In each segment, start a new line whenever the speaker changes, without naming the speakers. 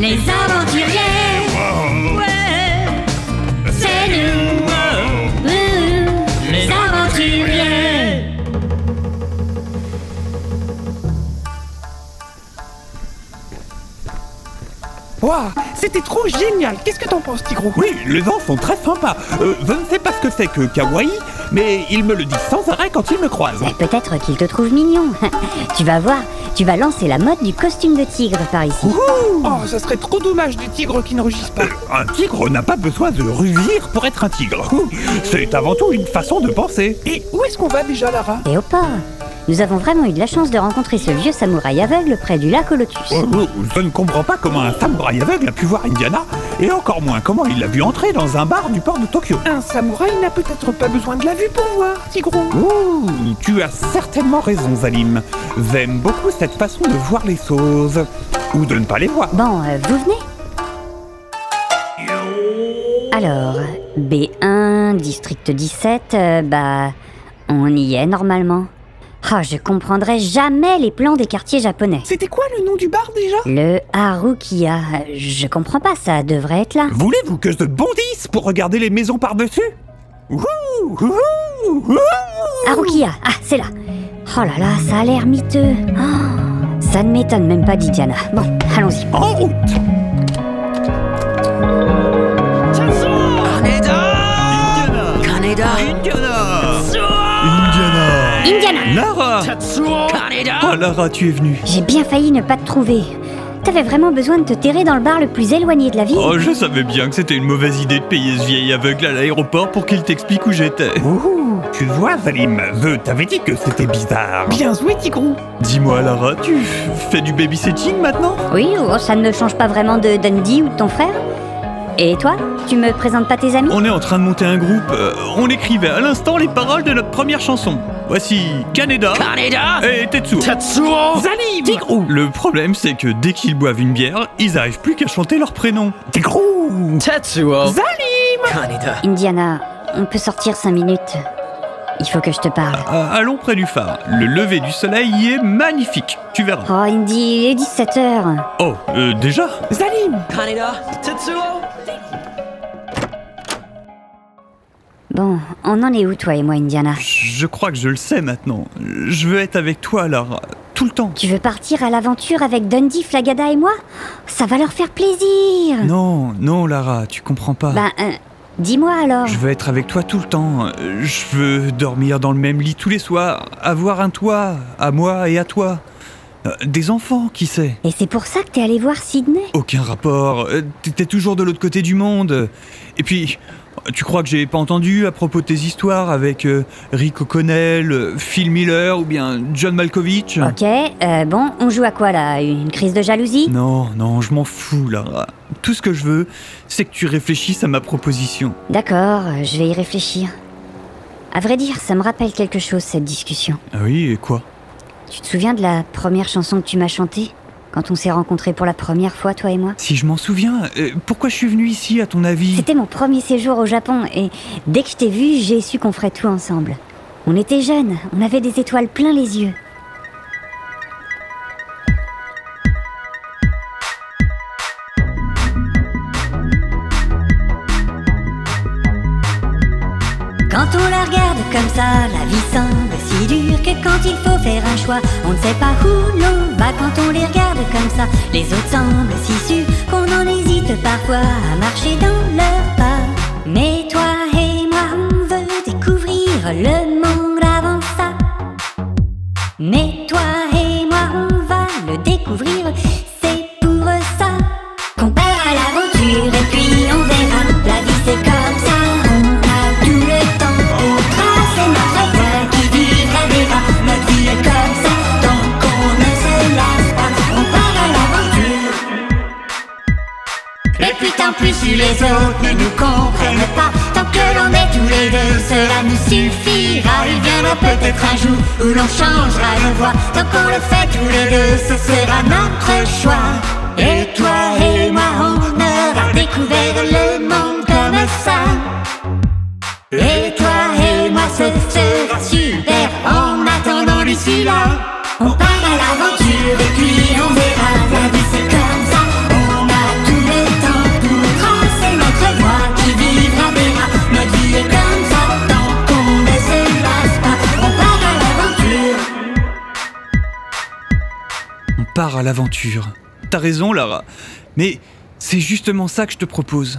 Les aventuriers, ouais, c'est nous, Ouh, les aventuriers.
Waouh, c'était trop génial. Qu'est-ce que t'en penses, Tigrou
Oui, les gens sont très sympas. Euh, je ne sais pas ce que c'est que kawaii, mais ils me le disent sans arrêt quand ils me croisent.
Mais peut-être qu'il te trouve mignon. tu vas voir, tu vas lancer la mode du costume de tigre par ici.
Oh, ça serait trop dommage du tigre qui ne rugisse pas.
Un tigre n'a pas besoin de rugir pour être un tigre. C'est avant tout une façon de penser.
Et où est-ce qu'on va déjà, Lara
Et au port, nous avons vraiment eu de la chance de rencontrer ce vieux samouraï aveugle près du lac au lotus.
Euh, Je ne comprends pas comment un samouraï aveugle a pu voir Indiana, et encore moins comment il l'a vu entrer dans un bar du port de Tokyo.
Un samouraï n'a peut-être pas besoin de la vue pour voir, Tigrou.
Ouh, tu as certainement raison, Zalim. J'aime beaucoup cette façon de voir les choses. Ou de ne pas les voir.
Bon, euh, vous venez Alors, B1, district 17, euh, bah, on y est normalement. Ah, je comprendrai jamais les plans des quartiers japonais.
C'était quoi le nom du bar déjà
Le Harukiya, euh, je comprends pas, ça devrait être là.
Voulez-vous que je bondisse pour regarder les maisons par-dessus Ouh, ouh, ouh, ouh.
Harukiya, ah, c'est là. Oh là là, ça a l'air miteux. Oh, ça ne m'étonne même pas d'Idiana. Bon, allons-y.
En route
Indiana
Lara Oh Lara, tu es venue.
J'ai bien failli ne pas te trouver. T'avais vraiment besoin de te terrer dans le bar le plus éloigné de la ville
Oh, je savais bien que c'était une mauvaise idée de payer ce vieil aveugle à l'aéroport pour qu'il t'explique où j'étais.
Ouh, tu vois, Zalim, je t'avais dit que c'était bizarre.
Bien joué, Tigrou.
Dis-moi, Lara, tu fais du babysitting maintenant
Oui, oh, ça ne change pas vraiment de Dundee ou de ton frère Et toi Tu me présentes pas tes amis
On est en train de monter un groupe. euh, on écrivait à l'instant les paroles de notre première chanson. Voici Canada, et Tetsuo.
Zalim
Tigrou. Le problème, c'est que dès qu'ils boivent une bière, ils arrivent plus qu'à chanter leur prénom.
T'es gros
Tetsuo
Zalim
Kaneda
Indiana, on peut sortir cinq minutes. Il faut que je te parle.
Euh, allons près du phare. Le lever du soleil y est magnifique. Tu verras.
Oh, Indy, il est 17h.
Oh, euh, déjà
Zalim
Kaneda Tetsuo
Bon, on en est où, toi et moi, Indiana
Je crois que je le sais maintenant. Je veux être avec toi, Lara. Tout le temps.
Tu veux partir à l'aventure avec Dundee, Flagada et moi Ça va leur faire plaisir
Non, non, Lara, tu comprends pas.
Ben, euh, dis-moi alors.
Je veux être avec toi tout le temps. Euh, Je veux dormir dans le même lit tous les soirs. Avoir un toit, à moi et à toi. Euh, Des enfants, qui sait
Et c'est pour ça que t'es allé voir Sydney
Aucun rapport. Euh, T'étais toujours de l'autre côté du monde. Et puis, tu crois que j'ai pas entendu à propos de tes histoires avec euh, Rick O'Connell, euh, Phil Miller ou bien John Malkovich
Ok, euh, bon, on joue à quoi là Une crise de jalousie
Non, non, je m'en fous, Lara. Tout ce que je veux, c'est que tu réfléchisses à ma proposition.
D'accord, euh, je vais y réfléchir. À vrai dire, ça me rappelle quelque chose cette discussion.
Ah oui, et quoi
Tu te souviens de la première chanson que tu m'as chantée Quand on s'est rencontrés pour la première fois, toi et moi
Si je m'en souviens, euh, pourquoi je suis venu ici, à ton avis
C'était mon premier séjour au Japon et dès que je t'ai vu, j'ai su qu'on ferait tout ensemble. On était jeunes, on avait des étoiles plein les yeux.
Quand on la regarde comme ça, la vie semble si dure que quand il faut faire un choix, on ne sait pas où l'on va quand on les regarde comme ça. Les autres semblent si sûrs qu'on en hésite parfois à marcher dans leurs pas. Mais toi et moi, on veut découvrir le monde avant ça. Mais toi et moi, on va le découvrir. C'est pour ça qu'on part à l'aventure et puis on verra. La vie c'est comme ça, on a tout le temps. On trace et notre voie qui vivra verra. Notre vie est comme ça, donc on ne se lasse pas. On part à l'aventure. Et puis tant pis si les autres ne nous comprennent pas Tant que l'on est tous les deux, cela nous suffira Il viendra peut-être un jour où l'on changera de voix Tant qu'on le fait tous les deux, ce sera notre choix Et toi et moi, on aura découvert le monde comme ça Et toi et moi, ce sera super En attendant d'ici là on part à l'aventure et puis on verra. La vie c'est comme ça. On a
part à l'aventure. T'as raison, Lara. Mais c'est justement ça que je te propose.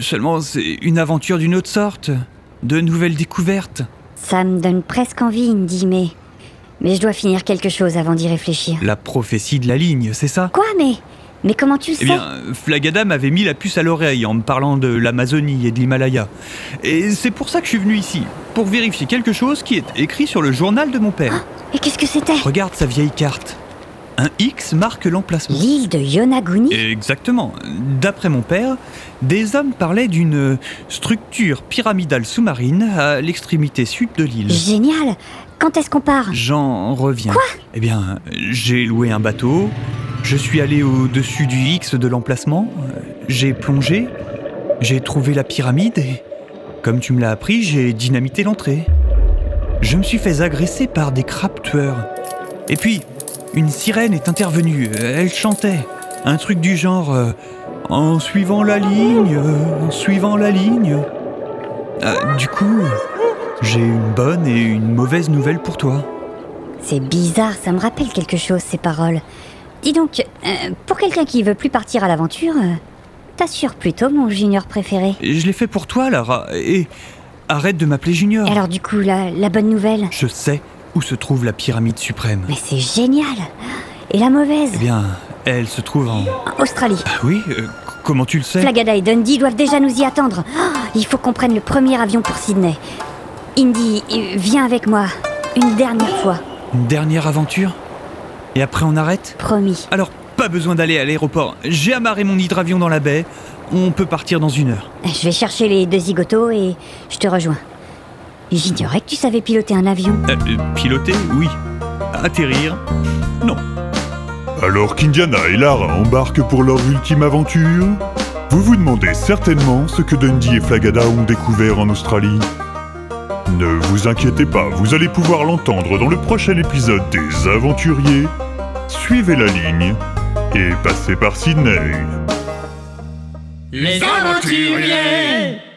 Seulement, c'est une aventure d'une autre sorte. De nouvelles découvertes.
Ça me donne presque envie, Indy, mais. Mais je dois finir quelque chose avant d'y réfléchir.
La prophétie de la ligne, c'est ça
Quoi, mais. Mais comment tu le sais
Eh bien, Flagada m'avait mis la puce à l'oreille en me parlant de l'Amazonie et de l'Himalaya. Et c'est pour ça que je suis venu ici, pour vérifier quelque chose qui est écrit sur le journal de mon père.
Et qu'est-ce que c'était
Regarde sa vieille carte. Un X marque l'emplacement.
L'île de Yonaguni
Eh. Exactement. D'après mon père, des hommes parlaient d'une structure pyramidale sous-marine à l'extrémité sud de l'île.
Génial Quand est-ce qu'on part
J'en reviens. eh bien, j'ai loué un bateau, je suis allé au-dessus du X de l'emplacement, euh, j'ai plongé, j'ai trouvé la pyramide et, comme tu me l'as appris, j'ai dynamité l'entrée. Je me suis fait agresser par des crapes tueurs. Et puis, une sirène est intervenue, elle chantait. Un truc du genre euh, En suivant la ligne, euh, en suivant la ligne. Euh, du coup, j'ai une bonne et une mauvaise nouvelle pour toi.
C'est bizarre, ça me rappelle quelque chose, ces paroles. Dis donc, euh, pour quelqu'un qui veut plus partir à l'aventure, euh, t'assures plutôt mon junior préféré.
Et Je l'ai fait pour toi, Lara. Et arrête de m'appeler Junior.
Et alors du coup, la, la bonne nouvelle
Je sais où se trouve la pyramide suprême.
Mais c'est génial Et la mauvaise
Eh bien, elle se trouve en.
En Australie.
Ah oui euh, c- Comment tu le sais
Flagada et Dundee doivent déjà nous y attendre. Ah, il faut qu'on prenne le premier avion pour Sydney. Indy, euh, viens avec moi. Une dernière fois,
Une dernière aventure Et après, on arrête
promis.
Alors, pas besoin d'aller à l'aéroport. J'ai amarré mon hydravion dans la baie. On peut partir dans une heure.
Je vais chercher les deux zigotos et je te rejoins. J'ignorais que tu savais piloter un avion.
Euh, euh, piloter Oui. Atterrir Non.
Alors qu'Indiana et Lara embarquent pour leur ultime aventure, vous vous demandez certainement ce que Dundee et Flagada ont découvert en Australie. Ne vous inquiétez pas, vous allez pouvoir l'entendre dans le prochain épisode des Aventuriers. Suivez la ligne et passez par Sydney.
Les aventuriers